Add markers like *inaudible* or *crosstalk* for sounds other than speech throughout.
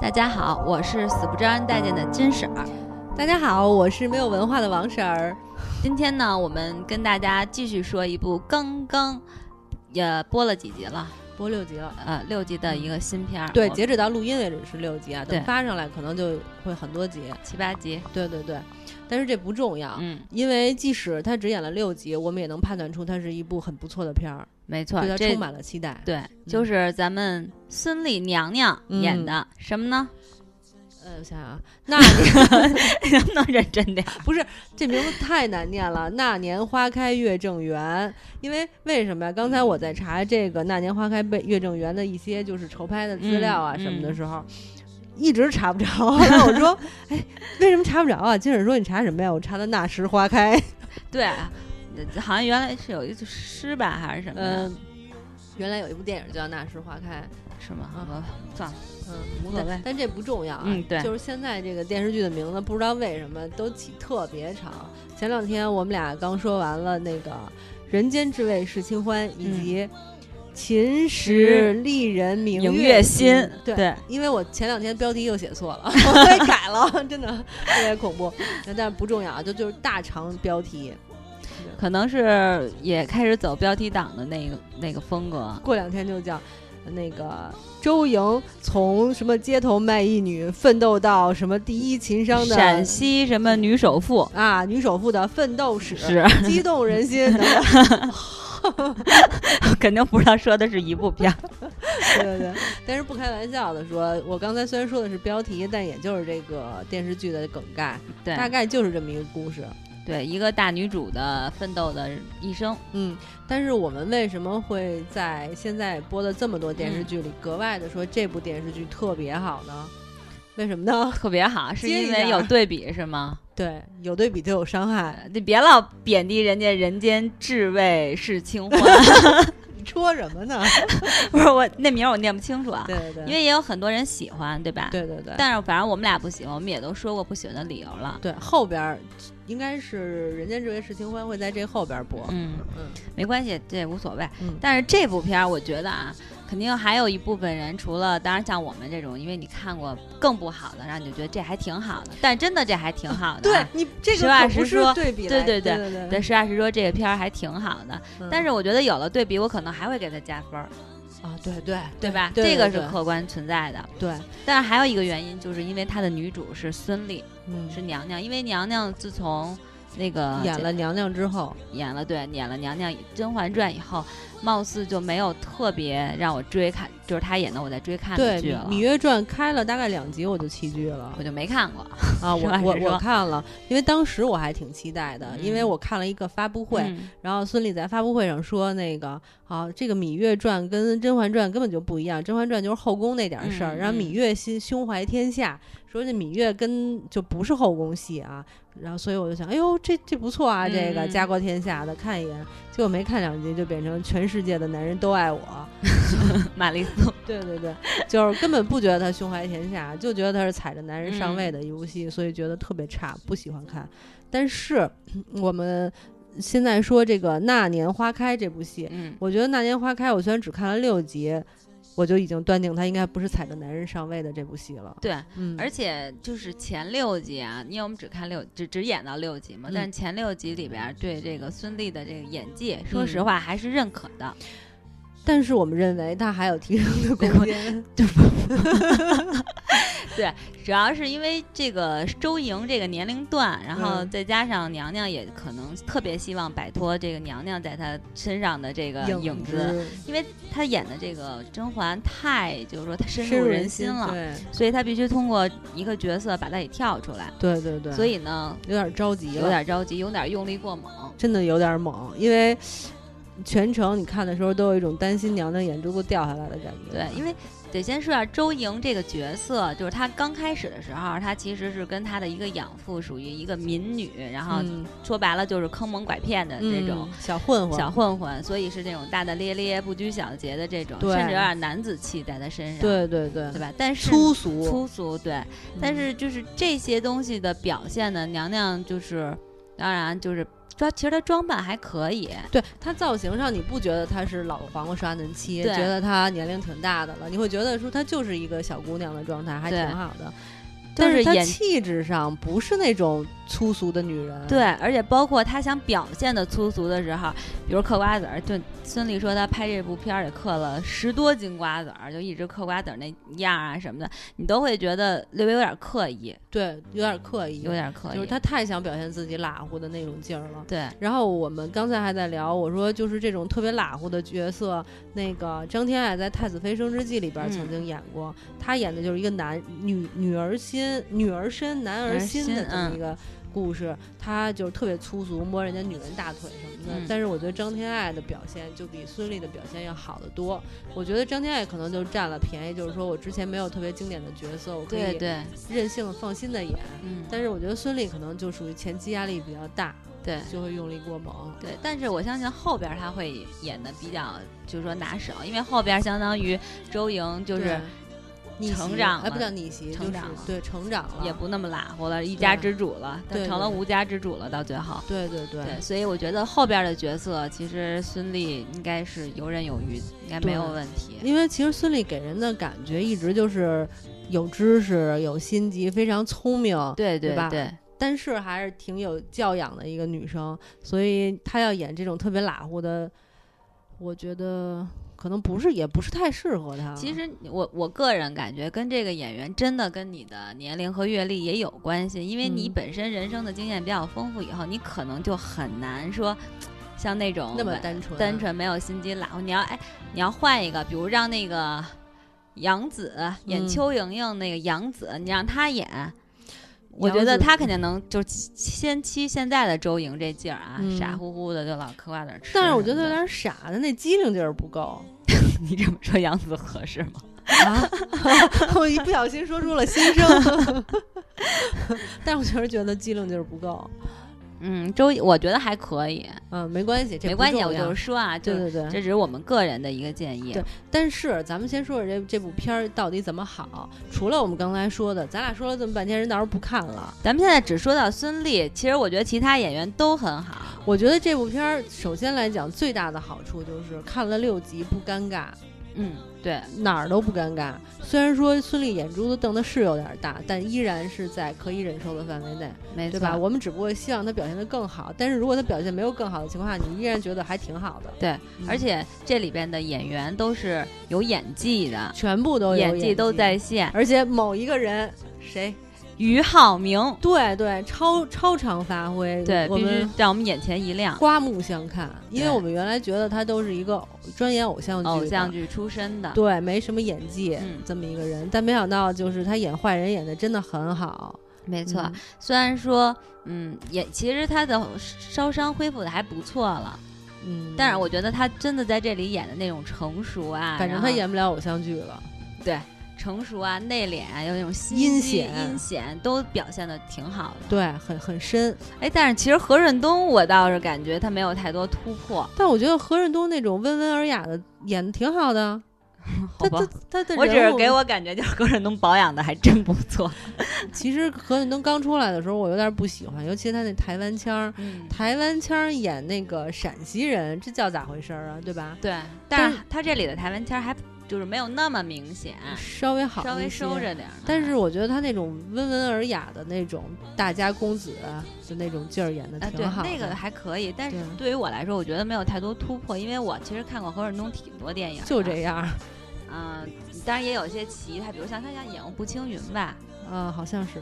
大家好，我是死不招人待见的金婶儿。大家好，我是没有文化的王婶儿。今天呢，我们跟大家继续说一部刚刚也播了几集了，播六集了，哦呃，六集的一个新片儿。对，我截止到录音为止是六集啊，对等发上来可能就会很多集。七八集。对对对，但是这不重要，嗯，因为即使他只演了六集，我们也能判断出它是一部很不错的片儿，没错对，它这充满了嗯期待。对，就是咱们孙俪娘娘演的、什么呢？呃，我想想啊，那年 *laughs* 能嗯 *laughs* 不能认真点？不是这名字太难念了，《那年花开月正圆》，因为为什么呀？刚才我在查这个《那年花开月月正圆》的一些就是筹拍的资料啊嗯什么的嗯时候。一直查不着，后来我说，哎，为什么查不着啊？金婶说你查什么呀？我查的《那时花开》，对，呃好像原来是有一句诗吧，还是什么的，嗯，原来有一部电影叫《那时花开》，是吗？啊我算了，嗯，无所谓但。但这不重要啊。嗯对就是现在这个电视剧的名字，不知道为什么都起特别长。前两天我们俩刚说完了那个《人间至味是清欢》，以嗯及《秦时丽人明明月月心嗯，对。对，因为我前两天标题又写错了， *laughs* 我也改了，真的特别恐怖。但是不重要啊，就就是大长标题。可能是也开始走标题党的那个那个风格。过两天就叫那个周莹从什么街头卖艺女，奋斗到什么第一秦商的陕西什么女首富啊女首富的奋斗史，是 *laughs* *laughs* 激动人心等等。肯定不知道说的是一部片儿。对对对，但是不开玩笑的说，我刚才虽然说的是标题，但也就是这个电视剧的梗概，对，大概就是这么一个故事。对一个大女主的奋斗的一生。嗯，但是我们为什么会在现在播的这么多电视嗯剧里格外的说这部电视剧特别好呢？为什么呢？ *laughs* 特别好，是接因一为下有对比是吗？对，有对比就有伤 *laughs* 害。你别老贬低人家，人间至味是清欢。 *laughs* 你戳什么呢？ *laughs* 不是我那名儿我念不清楚啊，对对对，因为也有很多人喜欢，对吧？。对对对，但是反正我们俩不喜欢，我们也都说过不喜欢的理由了。对后边儿应该是《人间至味是清欢》会在这后边儿播。嗯嗯，没关系，这也无所谓。嗯但是这部片儿，我觉得啊，肯定还有一部分人，除了当然像我们这种，因为你看过更不好的，让你就觉得这还挺好的。但真的这还挺好的对啊、你这实个话可实不是说对比对来对对对对但实话实说，这个片儿还挺好的。嗯但是我觉得有了对比，我可能还会给它加分儿，啊，对对对吧？对这个对是客观存在的。对，但是还有一个原因，就是因为它的女主是孙俪，嗯，是娘娘。因为娘娘自从那个演了娘娘之后，演了对演了娘娘《甄嬛传》以后，貌似就没有特别让我追看，就是她演的我在追看对的《剧芈了，芈月传》开了大概两集我就弃剧了 *laughs* 我就没看过。啊，我实话我实说我看了，因为当时我还挺期待的，因为嗯我看了一个发布 *laughs* 会，嗯然后孙俪在发布会上说，那个啊，这个《芈月传》跟《甄嬛传》根本就不一样，《甄嬛传》就是后宫那点儿事儿，嗯然后《嗯芈月心胸怀天下，说这芈月跟就不是后宫戏啊。然后，所以我就想，哎呦，这这不错啊，这个嗯嗯家国天下的，看一眼。结果没看两集就变成全世界的男人都爱我，玛丽苏，对对对，就是根本不觉得他胸怀天下，就觉得他是踩着男人嗯上位的一部戏，所以觉得特别差，不喜欢看。但是我们现在说这个《那年花开》这部戏，嗯，我觉得《那年花开》，我虽然只看了六集，我就已经断定它应该不是踩着男人上位的这部戏了。对，嗯，而且就是前六集啊，因为我们只看六，只只演到六集嘛，嗯但是前六集里边儿对这个孙俪的这个演技，说实话还是认可的。但是我们认为它还有提升的空间。主要是因为这个周莹这个年龄段，然后嗯再加上娘娘也可能特别希望摆脱这个娘娘在她身上的这个影子，子因为她演的这个甄嬛太就是说她深深入入人心心了，对所以她必须通过一个角色把她给跳出来。对对对，所以呢，有点着急有了。点着急，有点用力过猛。真的有点猛，因为全程你看的时候都有一种担心娘娘眼珠子掉下来的感觉。对，因为得先说一下周莹这个角色，就是她刚开始的时候，她其实是跟她的一个养父属于一个民女，然后嗯说白了就是坑蒙拐骗的这种嗯小混混，小混混，所以是这种大大咧咧、不拘小节的这种，对甚至有点男子气在她身上，对对对，对吧？但是粗俗，粗俗对，嗯但是就是这些东西的表现呢，娘娘就是当然就是她其实她装扮还可以，对他造型上，你不觉得她是老黄瓜刷嫩漆，对觉得她年龄挺大的了，你会觉得说她就是一个小姑娘的状态，还对挺好的。就但是她演气质上不是那种粗俗的女人，对，而且包括她想表现的粗俗的时候，比如嗑瓜子儿，就孙俪说她拍这部片儿也嗑了十多斤瓜子儿，就一直嗑瓜子儿那样儿啊什么的，你都会觉得略微有点刻意，对，有点刻意，有点刻意，就是她太想表现自己拉乎的那种劲儿了。对然后我们刚才还在聊，我说就是这种特别拉乎的角色，那个张天爱在《太子妃升职记》里边嗯曾经演过，她演的就是一个男女女儿心、女儿身、男儿心的男儿心这么一个故事，她就是特别粗俗，摸人家女人大腿什么的。嗯但是我觉得张天爱的表现就比孙俪的表现要好得多。我觉得张天爱可能就占了便宜，就是说我之前没有特别经典的角色，我可对嗯以对，任性的放心的演。嗯，但是我觉得孙俪可能就属于前期压力比较大，对。就会用力过猛。对，但是我相信后边儿她会演的比较，就是说拿手，因为后边儿相当于周莹就就是是逆袭成长哎，不了叫逆袭，成就是长了对，成长了，也不那么拉乎了，一家对之主了，她对成了对无家之主了，到最后。对对对对，所以我觉得后边的角色，其实孙俪应该是游刃有余，应该没有对问题。因为其实孙俪给人的感觉一直就是有知识、有心机，非常聪明，对对对吧对但是还是挺有教养的一个女生，所以她要演这种特别拉乎的，我觉得可能不是，也不是太适合她。其实我我个人感觉跟这个演员真的跟你的年龄和阅历也有关系，因为你嗯本身人生的经验比较丰富，以后你可能就很难说像那种那么单单纯，单，纯没有心机佬。你要哎，你要换一个，比如让那个杨紫演嗯邱莹莹那个杨紫，你让她演，我杨觉得紫她肯定能，就是先期现在的周莹这劲儿啊，嗯傻乎乎的就老嗑瓜子儿吃什么的。但是我觉得有点傻，她那机灵劲儿不够 *laughs* 你这么说杨紫合适吗？啊！ *laughs* 我一不小心说出了心声， *laughs* 但是我确实觉得机灵劲儿不够。嗯，周我觉得还可以，嗯，没关系，这没不关系，重我要就是说啊，就对是对对这只是我们个人的一个建议对。但是咱们先说说这这部片儿到底怎么好。除了我们刚才说的，咱俩说了这么半天，人到时候不看了。咱们现在只说到孙俪，其实我觉得其他演员都很好。我觉得这部片儿首先来讲最大的好处就是看了六集不尴尬，嗯，对，哪儿都不尴尬。虽然说孙俪眼珠子瞪的是有点大，但依然是在可以忍受的范围内，没对错，吧？我们只不过希望她表现得更好，但是如果她表现没有更好的情况下，你依然觉得还挺好的。对，嗯而且这里边的演员都是有演技的，全部都有演技都在，线。而且某一个人谁俞灏明，对对，超超常发挥，对，我必须们让我们眼前一亮。刮目相看，因为对我们原来觉得他都是一个偶专演偶像剧，偶像，剧出身的，对，没什么演技、嗯这么一个人，但没想到就是他演坏人演的真的很好，没没错。虽然说，嗯，也其实他的烧伤恢复的还不错了，嗯，但是我觉得他真的在这里演的那种成熟啊，嗯反正然他后演不了偶像剧了，成熟啊、内敛啊，有那种心阴机险阴险都表现的挺好的。对，很很深。哎，但是其实何润东，我倒是感觉他没有太多突破，但我觉得何润东那种温文尔雅的演的挺好的，好他吧他。他的我只人是物给我感觉就是何润东保养的还真不错。其实何润东刚出来的时候，我有点不喜欢，尤其他那台湾腔儿。嗯，台湾腔儿演那个陕西人，这叫咋回事儿啊？对吧？对，但但是他这里的台湾腔儿还就是没有那么明显，稍微好，稍微收。着点儿呢。但是我觉得他那种温文尔雅的那种大家公子的那种劲儿演的啊，对挺好的。那个还可以，但是对对于我来说，我觉得没有太多突破，因为我其实看过何润东挺多电影，就这，样儿，嗯、当然也有一些其他，比如像他像演过《步青云》吧，啊，好像是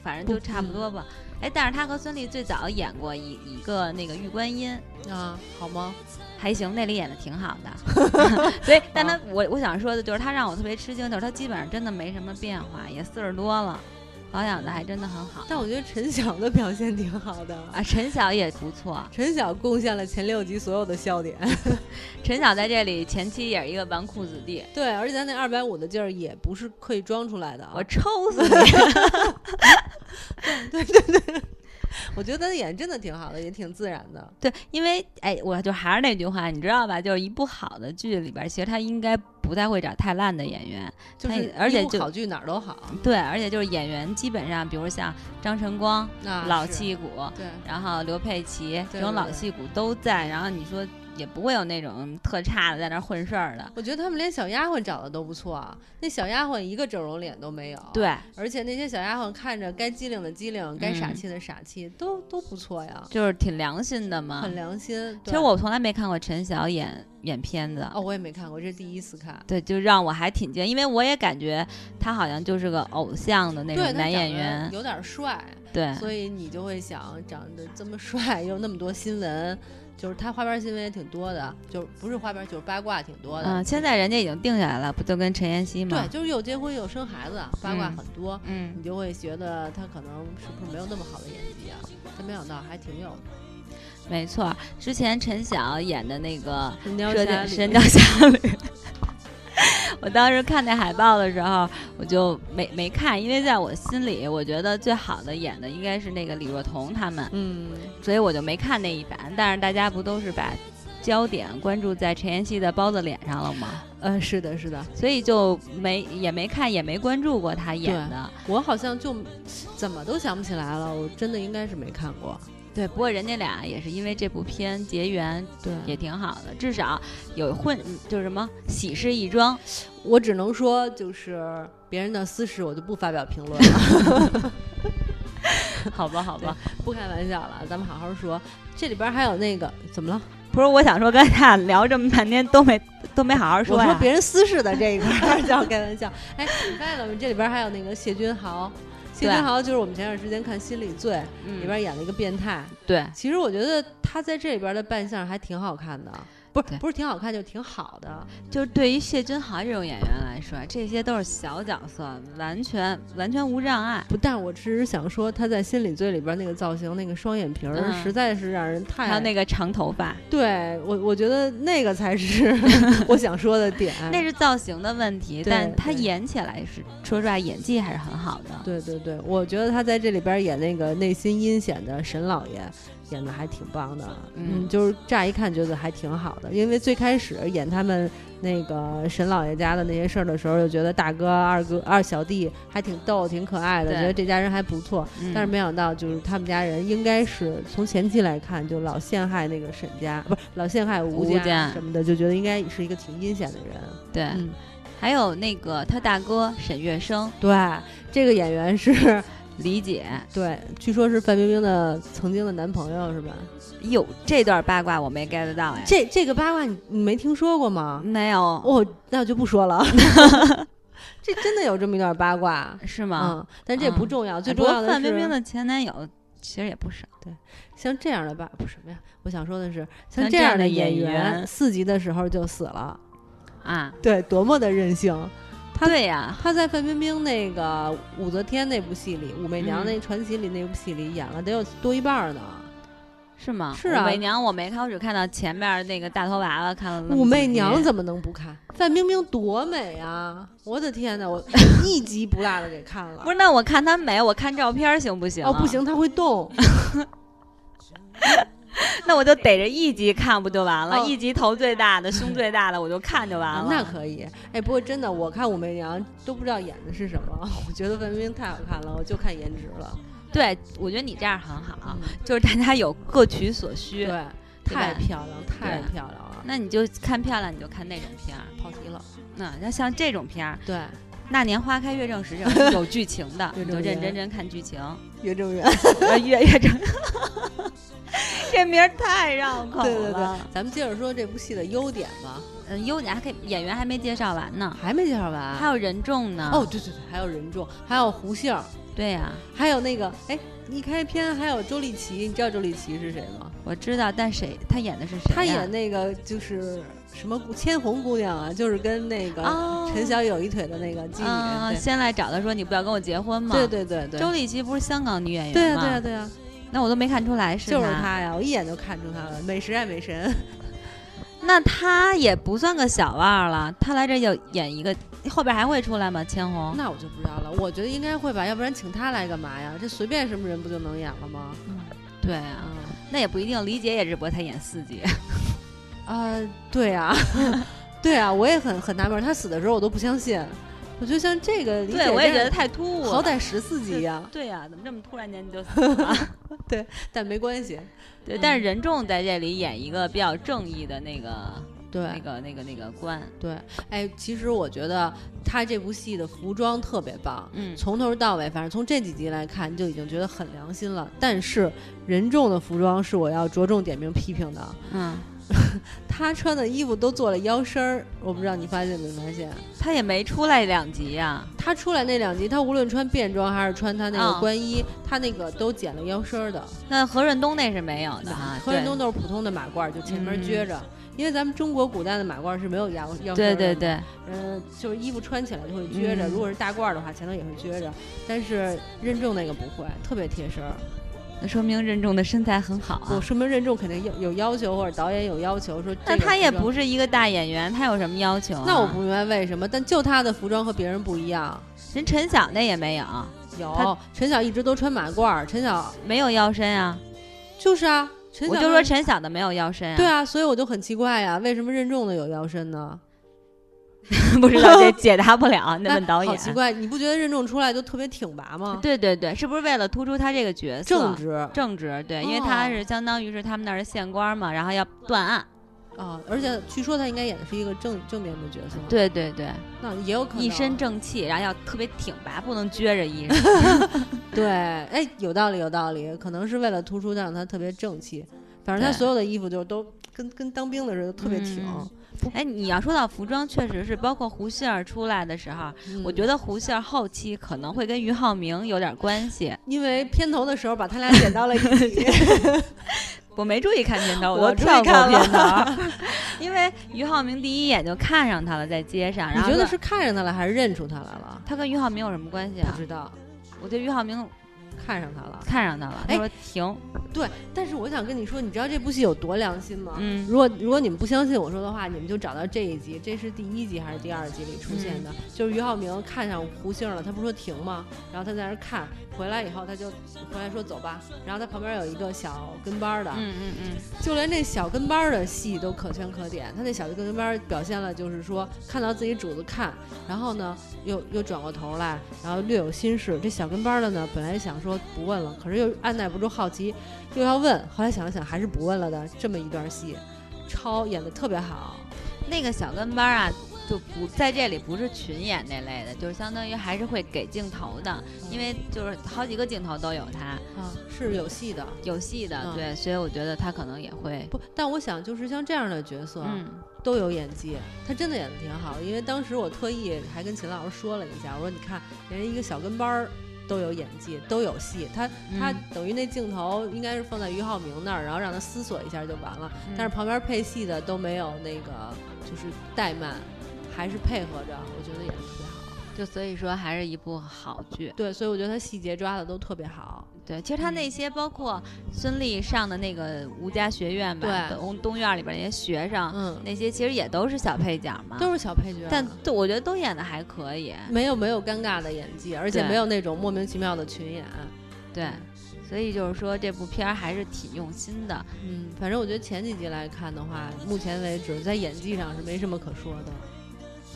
反正不就差不多吧。哎，但是他和孙俪最早演过一一个那个《玉观音啊，好吗？》，还行，那里演的挺好的。所以，但他我我想说的就是，他让我特别吃惊，就是他基本上真的没什么变化，也四十多了，保养的还真的很好。但我觉得陈晓的表现挺好的，啊，陈晓也不错，陈晓贡献了前六集所有的笑点。陈晓在这里前期也是一个纨绔子弟，对，而且他那二百五的劲儿也不是 *laughs* 刻意装出来的啊我。抽死你！对对对，我觉得他的演真的挺好的，也挺自然的。 *laughs* 对，因为哎，我就还是那句话，你知道吧？就是一部好的剧里边，其实他应该不太会找太烂的演员。就他是也而且一部就好剧哪儿都好，对，而且就是演员基本上，比如像张晨光、那老啊是戏骨，对。然后刘佩琦这对种对老对戏骨都在，然后你说也不会有那种特差的在那儿混事儿的。我觉得他们连小丫鬟找的都不错啊，那小丫鬟一个整容脸都没有。，对，而且那些小丫鬟看着该机灵的机灵，该傻嗯气的傻气，都都不错呀，就是挺良心的嘛很。良心。嗯其对实我从来没看过陈晓演演片子，哦，我也没看过，这是第一次看。对，就让我还挺惊，因为我也感觉他好像就是个偶像的那对，种他男长演得员。有点帅，对，所以你就会想，长得这么帅，又那么多新闻，就是他花边新闻也挺多的，就不是花边就是八卦挺多的。嗯，现在人家已经定下来了，不就跟陈妍希吗对，？就是又结婚又生孩子，八卦嗯很多。嗯，你就会觉得他可能是不是没有那么好的演技啊？但没想到还挺有的。没错。之前陈晓演的那个神《雕射侠雕侣，神雕 *laughs* 侠侣》，我当时看那海报的时候，我就没没看，因为在我心里，我觉得最好的演的应该是那个李若彤他们，嗯，所以我就没看那一版。但是大家不都是把焦点关注在陈妍希的包子脸上了吗？呃，是的，是的，所以就没也没看，也没关注过她演的。我好像就怎么都想不起来了，我真的应该是没看过。对，不过人家俩也是因为这部片结缘，也对，挺好的，至少有混，嗯就是什么喜事一桩。我只能说就是别人的私事，我就不发表评论了，好吧，好吧，不开玩笑了，咱们好好说。这里边还有那个怎么了？不是，我想说，刚才咱俩聊这么半天都没都没好好我呀。说别人私事的这一块儿 *laughs* 叫开玩笑。哎，你发现了吗？这里边还有那个谢君豪，谢对君豪就是我们前段时间看《心理罪》嗯里边演了一个变态。对其实我觉得他在这里边的扮相还挺好看的，不对是不是挺好看，就挺好的。就是对于谢君豪这种演员来说，这些都是小角色，完全完全无障碍。不，但我只是想说他在《心理罪》里边那个造型，那个双眼皮儿，嗯实在是让人太……还有那个长头发，对我，我觉得那个才是 *laughs* 我想说的 *laughs* 点。那是造型的问题，对但他对演起来是，说实话，演技还是很好的。对对对，我觉得他在这里边演那个内心阴险的沈老爷，演的还挺棒的。嗯嗯，就是乍一看觉得还挺好的，因为最开始演他们那个沈老爷家的那些事儿的时候，就觉得大哥、二哥、二小弟还挺逗、挺可爱的，对觉得这家人还不错。嗯但是没想到，就是他们家人应该是从前期来看，就老陷害那个沈家，不是老陷害吴吴家什么的，就觉得应该是一个挺阴险的人。对，嗯，还有那个他大哥沈月生，对，这个演员是。李姐对，据说是范冰冰的曾经的男朋友是吧？哟，这段八卦我没 get 到哎，这这个八卦你你没听说过吗？没有，哦，那我就不说 *laughs* 了。这真的有这么一段八卦，是吗？嗯，但这不嗯重要，最哎不重过要的是范冰冰的前男友其实也不少，像这样的吧，不是什么呀？我想说的是，像像这这样样的的演演员员四级的时候就死了，啊，对，多么的任性。他对呀，他在范冰冰那个武则天那部戏里，《武媚娘嗯那传奇》里那部戏里演了得有多一半儿呢。是吗？是啊武媚娘我没看，我只看到前面那个大头娃娃看了那么几集。武媚娘怎么能不看？范冰冰多美啊！我的天哪，我一集不落的给看 *laughs* 了。不是？那我看她美，我看照片行不行？啊哦，不，行，她会动。那我就逮着一集看不就完了？哦一集头最大的、胸最大的，我就看就完啊了。 *laughs* 那可以。哎，不过真的，我看武媚娘都不知道演的是什么。 *laughs* 我觉得范冰冰太好看了，我就看颜值了。对，我觉得你这样很好嗯，就是大家有各取所需。对，啊对太吧漂亮，太对啊漂亮了。那你就看漂亮，你就看那种片儿。跑题了。那要像这种片儿， *laughs* 对，，《那年花开月正时》这种是有剧情的 *laughs* 月你就正圆认真真看剧情。 *laughs* 岳正元。呃月月正， *laughs* 这名儿太绕口了。对对对，咱们接着说这部戏的优点吧。嗯，优点还可以，演员还没介绍完呢，还没介绍完。还有任重呢。啊哦，，对对对，还有任重，还有胡杏儿，对啊呀、还有那个哎，一开篇还有周丽淇，你知道周丽淇是谁吗？我知道，但谁他演的是谁呀、她演那个就是什么姑千红姑娘啊，就是跟那个哦，陈晓有一腿的那个妓女，啊、先来找他说你不要跟我结婚吗？对对对对对，周丽淇不是香港女演员对呀吗？对啊呀对呀，那我都没看出来是就是。她呀，我一眼就看出她了，美食爱美神，那她也不算个小腕儿了，她来这就演一个后边还会出来吗？千红，那我就不知道了，我觉得应该会吧，要不然请他来干嘛呀？这随便什么人不就能演了吗？对啊，嗯，那也不一定，李姐也只不过才演四集，呃，对呀， *laughs* 对呀，我也很很纳闷儿，他死的时候我都不相信，我觉得像这个理解，对我也觉得太突兀了。好歹十四集呀，对呀、怎么这么突然间就死了？ *laughs* 但没关系，对，但嗯是任重在这里演一个比较正义的那个、对那个、那个、那个官，对，哎，其实我觉得他这部戏的服装特别棒，嗯，从头到尾，反正从这几集来看，就已经觉得很良心了。但是任重的服装是我要着重点名批评的，嗯，他穿的衣服都做了腰身儿，我不知道你发现没发现？他也没出来两集啊呀、他出来那两集，他无论穿便装还是穿他那啊个官衣，他那个都剪了腰身儿的。那何润东那是没有的哈，嗯何润东啊对都是普通的马褂儿，就前面嗯撅着。因为咱们中国古代的马褂儿是没有腰腰身儿对的对嘛对，嗯，就是衣服穿起来就会撅着，嗯如果是大褂儿的话，前头也会撅着，但是任重那个不会，特别贴啊身儿。那说明任重的身材很好我啊。说明任重肯定有有要求，或者导演有要求说这那个他也服装不。是一个大演员，他有什么要求、啊？那我不明白为什么，但就他的服装和别人不一样。人陈晓那也没有，他有陈晓一直都穿马褂儿，陈晓没有腰身啊。就是啊，陈晓我就说陈晓的没有腰身啊。对啊，所以我就很奇怪呀、为什么任重的有腰身呢？ *laughs* 不知道 *laughs* 解解答不了，啊那哎问导好演。奇怪，你不觉得任重出来就特别挺拔吗？对对对，是不是为了突出他这个角色？正直哦啊、正直，对，因为他是相当于是他们那儿的县官嘛，然后要断案。啊而且据说他应该演的是一个正正面的角色，，对对对，那也有可能一身正气，然后要特别挺拔，不能撅着 *laughs* 衣裳。对，哎，有道理，有道理，可能是为了突出让他特别正气。反正他对所有的衣服就是都跟跟当兵的似的，特别挺。嗯哎，你要说到服装，确实是包括胡杏儿出来的时候，嗯我觉得，得胡杏儿后期可能会跟俞灏明有点关系。因为片头的时候把他俩剪到了一起， *laughs* 我没注意看片 *laughs* 头，我都注意跳过看片了头， *laughs* 因为俞灏明第一眼就看上他了，在街上。你然后觉得他是看上他了还是认出他来了？他跟俞灏明有什么关系不啊？知道，我对俞灏明看上他了。看上他了，他哎说停，但是我想跟你说，你知道这部戏有多良心吗？嗯，如果如果你们不相信我说的话，你们就找到这一集，这是第一集还是第二集里出现的？就是俞灏明看上胡杏儿了，他不是说停吗？然后他在那儿看，回来以后他就回来说走吧。然后他旁边有一个小跟班儿的，嗯嗯嗯，就连这小跟班儿的戏都可圈可点。他那小跟班儿表现了，就是说看到自己主子看，然后呢又又转过头来，然后略有心事。这小跟班儿的呢，本来想说不问了，可是又按耐不住好奇，又要问。后来想了想，还是不问了的。这么一段戏，超演的特别好。那个小跟班啊，就不在这里不是群演那类的，就是相当于还是会给镜头的，嗯因为就是好几个镜头都有他啊，是有戏的。有戏的，嗯对，所以我觉得他可能也会，不，但我想就是像这样的角色，嗯，都有演技，他真的演的挺好。因为当时我特意还跟秦老师说了一下，我说你看，连一个小跟班儿都有演技，都有戏。他他嗯等于那镜头应该是放在俞灏明那儿，然后让他思索一下就完了。嗯但是旁边配戏的都没有那个就是怠慢，还是配合着，我觉得演的特别好。就所以说还是一部好剧，对，所以我觉得他细节抓的都特别好。对，其实嗯他那些包括孙俪上的那个吴家学院吧，对东东院里边那些学生，嗯，啊那些其实也都是小配角嘛，都是小配角，但都我觉得都演的还可以，没有没有尴尬的演技，而且对没有那种莫名其妙的群演。对，所以就是说这部片儿还是挺用心的，嗯，反正我觉得前几集来看的话，目前为止在演技上是没什么可说的。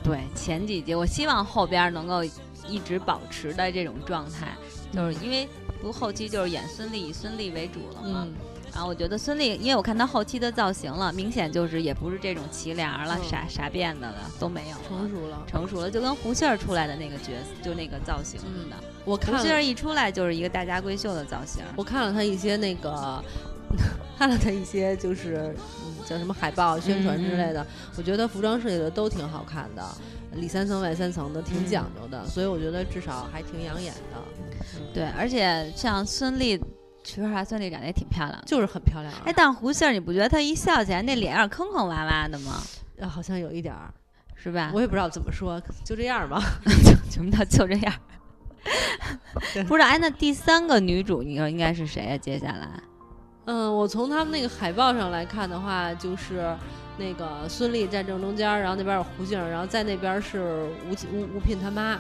对前几集，我希望后边能够一直保持的这种状态，就是因为不后期就是演孙俪，以孙俪为主了嘛。嗯，然后我觉得孙俪，因为我看她后期的造型了，明显就是也不是这种齐脸儿了、嗯傻傻辫子了都没有了，成熟了。成熟了，就跟胡杏儿出来的那个角色，就那个造型似嗯的。我胡看杏了，儿一出来就是一个大家闺秀的造型，我看了他一些那个， *laughs* 看了他一些就是、嗯、叫什么海报、宣传之类的，嗯我觉得服装设计的都挺好看的，里三层外三层的，挺讲究嗯的，所以我觉得至少还挺养眼的，对，而且像孙俪，说实话，孙俪长得也挺漂亮的。就是很漂亮啊、哎，但胡杏儿，你不觉得她一笑起来那脸有点坑坑洼洼的吗？呃好像有一点儿，是吧？我也不知道怎么说，就这样吧。什么叫就这样？不知道哎，那第三个女主，你说应该是谁啊？接下来，嗯，我从他们那个海报上来看的话，就是那个孙俪站正中间儿，然后那边有胡杏儿，然后在那边是吴起吴吴聘他妈。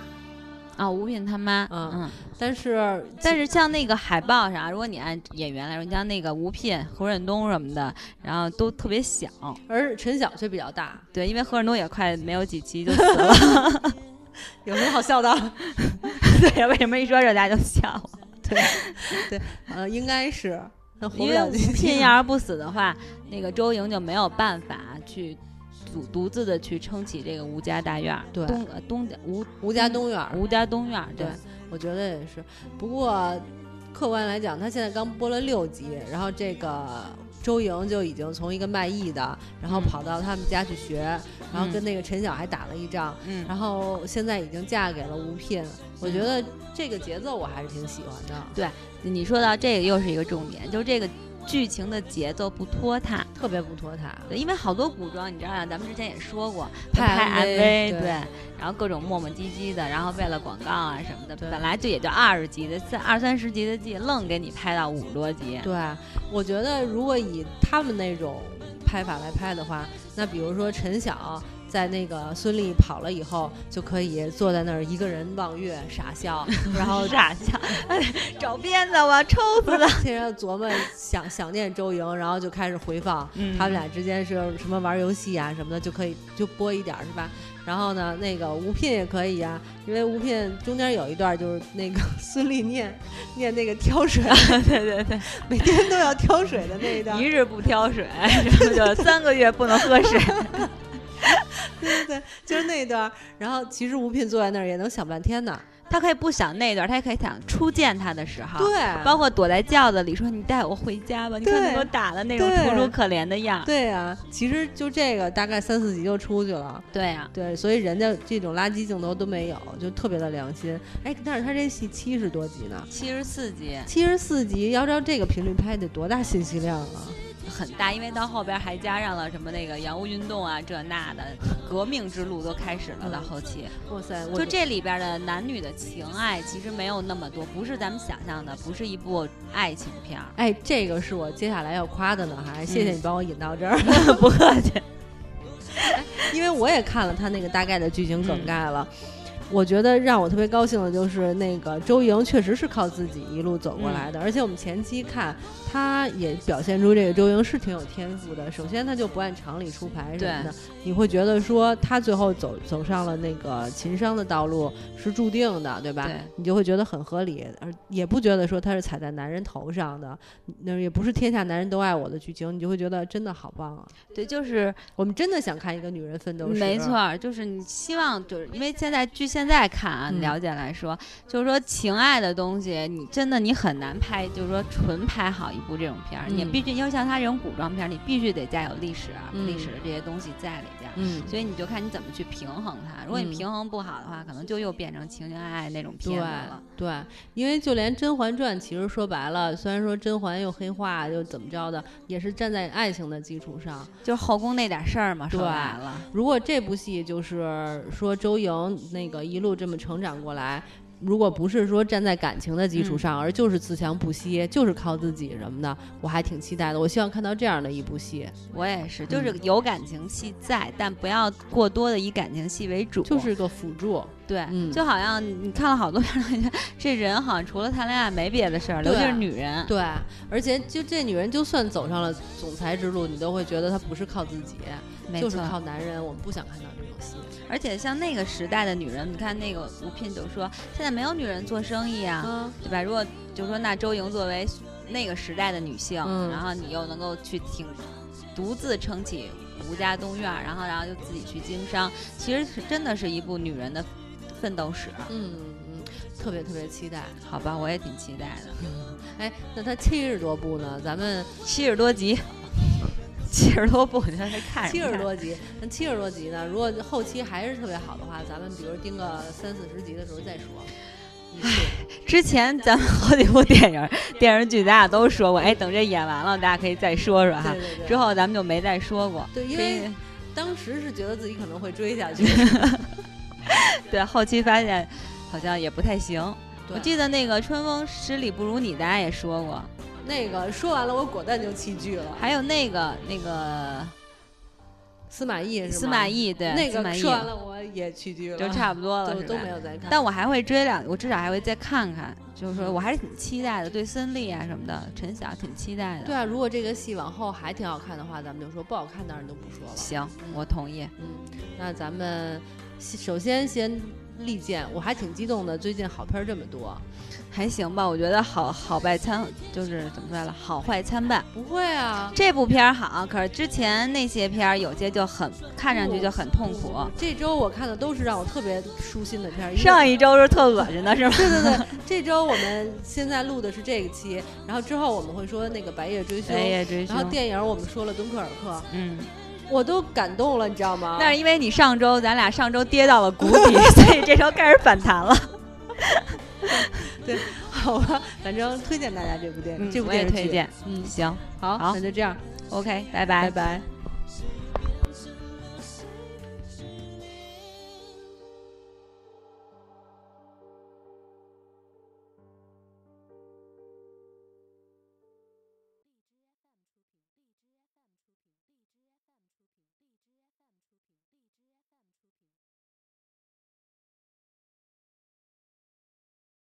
啊，吴品他妈，嗯嗯，但是但是像那个海报上，如果你按演员来说，你像那个吴聘、何润东什么的，然后都特别小，而陈晓却比 *laughs* 较大，对，因为何润东也快没有几期就死 *laughs* 了，有什么好笑的？对，为什么一说这大家就笑了？ *laughs* 呃，应该是，那活因不为了吴几聘天要是不死的话，那个周莹就没有办法去独独自的去撑起这个吴家大院儿，对东呃东家吴吴家东院儿，吴家东院儿，对对，我觉得也是。不过客观来讲，他现在刚播了六集，然后这个周莹就已经从一个卖艺的，然后嗯跑到他们家去学，然后嗯跟那个陈晓还打了一仗，嗯，然后现在已经嫁给了吴聘。我觉得这个节奏我还是挺喜欢的，你说到这个又是一个重点，就是这个剧情的节奏不拖沓。特别不拖沓。对，因为好多古装，你知道啊呀，咱们之前也说过，拍拍 MV 对对，然后各种磨磨唧唧的，然后为了广告啊什么的，对本来就也就二十集的三二三十集的剧，愣给你拍到五十多集，对，我觉得如果以他们那种拍法来拍的话，那比如说陈晓在那个孙俪跑了以后，就可以坐在那儿一个人望月傻笑，然后傻笑，哎找鞭子， *laughs* 我要抽死他。天天琢磨想想念周莹，然后就开始回放。嗯他们俩之间是什么玩游戏啊什么的，就可以就播一点儿是吧？然后呢，那个吴聘也可以啊，因为吴聘中间有一段就是那个 *laughs* 孙俪念念那个挑水， *laughs* 对对对，每天都要挑水的那 *laughs* 一段一，日不挑水，然后就三个月不能喝水。对对对，就是那一段儿。然后其实吴聘坐在那儿也能想半天呢。 *laughs* 他可以不想那段，他也可以想初见他的时候，对，啊包括躲在轿子里说：“你带我回家吧。”你看对你给我打的那种对楚楚可怜的样儿。对啊，其实就这个大概三四集就出去了。对啊呀、对，所以人家这种垃圾镜头都没有，就特别的良心。哎，但是他这戏七十多集呢，七十四集七十四集，要照这个频率拍得多大信息量啊！很大，因为到后边还加上了什么那个洋务运动啊，这那的革命之路都开始了。嗯到后期，哇塞，我就这里边的男女的情爱其实没有那么多，不是咱们想象的，不是一部爱情片儿。哎，这个是我接下来要夸的呢，还谢谢嗯你帮我引到这儿， *laughs* *laughs* 不客气，因为我也看了他那个大概的剧情嗯梗概了。我觉得让我特别高兴的就是，那个周莹确实是靠自己一路走过嗯来的，而且我们前期看，她也表现出这个周莹是挺有天赋的。首先，她就不按常理出牌什么的，你会觉得说她最后走走上了那个秦商的道路是注定的，对吧？对你就会觉得很合理，而也不觉得说她是踩在男人头上的，那也不是天下男人都爱我的剧情，你就会觉得真的好棒啊！对，就是我们真的想看一个女人奋斗史，啊没错，儿，就是你希望，就是因为现在据现在看啊，嗯了解来说，就是说情爱的东西，你真的你很难拍，就是说纯拍好一部这种片儿，你也嗯必须，因为像他这种古装片儿，你必须得加有历史、啊，嗯历史的这些东西在里边儿。嗯。所以你就看你怎么去平衡它。如果你嗯平衡不好的话，可能就又变成情情爱爱那种对片子了。对，因为就连《甄嬛传》，其实说白了，虽然说甄嬛又黑化又怎么着的，也是站在爱情的基础上。就是后宫那点事儿嘛，说对白了，如果这部戏就是说周莹那个一路这么成长过来，如果不是说站在感情的基础上，而就是自强不息，就是靠自己什么的，我还挺期待的。我希望看到这样的一部戏，我也是，嗯就是有感情戏在，但不要过多的以感情戏为主。就是个辅助。对，嗯就好像你看了好多片儿，感觉这人好像除了谈恋爱没别的事儿，对尤其是女人。对，而且就这女人，就算走上了总裁之路，你都会觉得她不是靠自己，没就是错靠男人。我们不想看到这种戏。而且像那个时代的女人，你看那个吴聘就说，现在没有女人做生意啊，嗯，对吧？如果就说那周莹作为那个时代的女性，嗯然后你又能够去挺独自撑起吴家东院儿，然后然后就自己去经商，其实是真的是一部女人的奋斗史，嗯，嗯，特别特别期待。好吧？我也挺期待的，哎，那它七十多部呢？咱们七十多集。 *laughs* 七十多部，你在这看什么七十看多集，那七十多集呢？如果后期还是特别好的话，咱们比如盯个三四十集的时候再说。之前咱们好几部电影、 *laughs* 电视剧，咱俩都说过，哎，等这演完了，大家可以再说说哈对。对对，之后咱们就没再说过，对，因所以为当时是觉得自己可能会追 *laughs* 下去。对后期发现好像也不太行。我对记得那个《春风十里不如你》，大家也说过，那个说完了，我果断就弃剧了。还有那个那个司马懿是吗？司马懿对，那司马个懿说完了，我也弃剧了，就差不多了，都是都吧没有再看。但我还会追两，我至少还会再看看，就是说我还是挺期待的，对孙俪啊什么的，陈晓挺期待的。对啊，如果这个戏往后还挺好看的话，咱们就说不好看，当然就不说了。行，我同意。嗯，那咱们先首先先力荐，我还挺激动的，最近好片儿这么多。还行吧，我觉得好好败参就是怎么说来了，好坏参半。不会啊，这部片儿好，可是之前那些片儿有些就很看上去就很痛苦。这周我看的都是让我特别舒心的片儿。上一一周是特恶心的，是吗？对对对，这周我们现在录的是这一期，然后之后我们会说那个《白夜追凶》哎呀，追然后电影我们说了《敦刻尔克嗯，》，我都感动了，你知道吗？那是因为你上周咱俩上周跌到了谷底， *laughs* 所以这周开始反弹了。好吧，反正嗯推荐大家这部电影，这部我也电视剧推荐。嗯，行好，好那就这样， ，OK，拜拜拜。拜。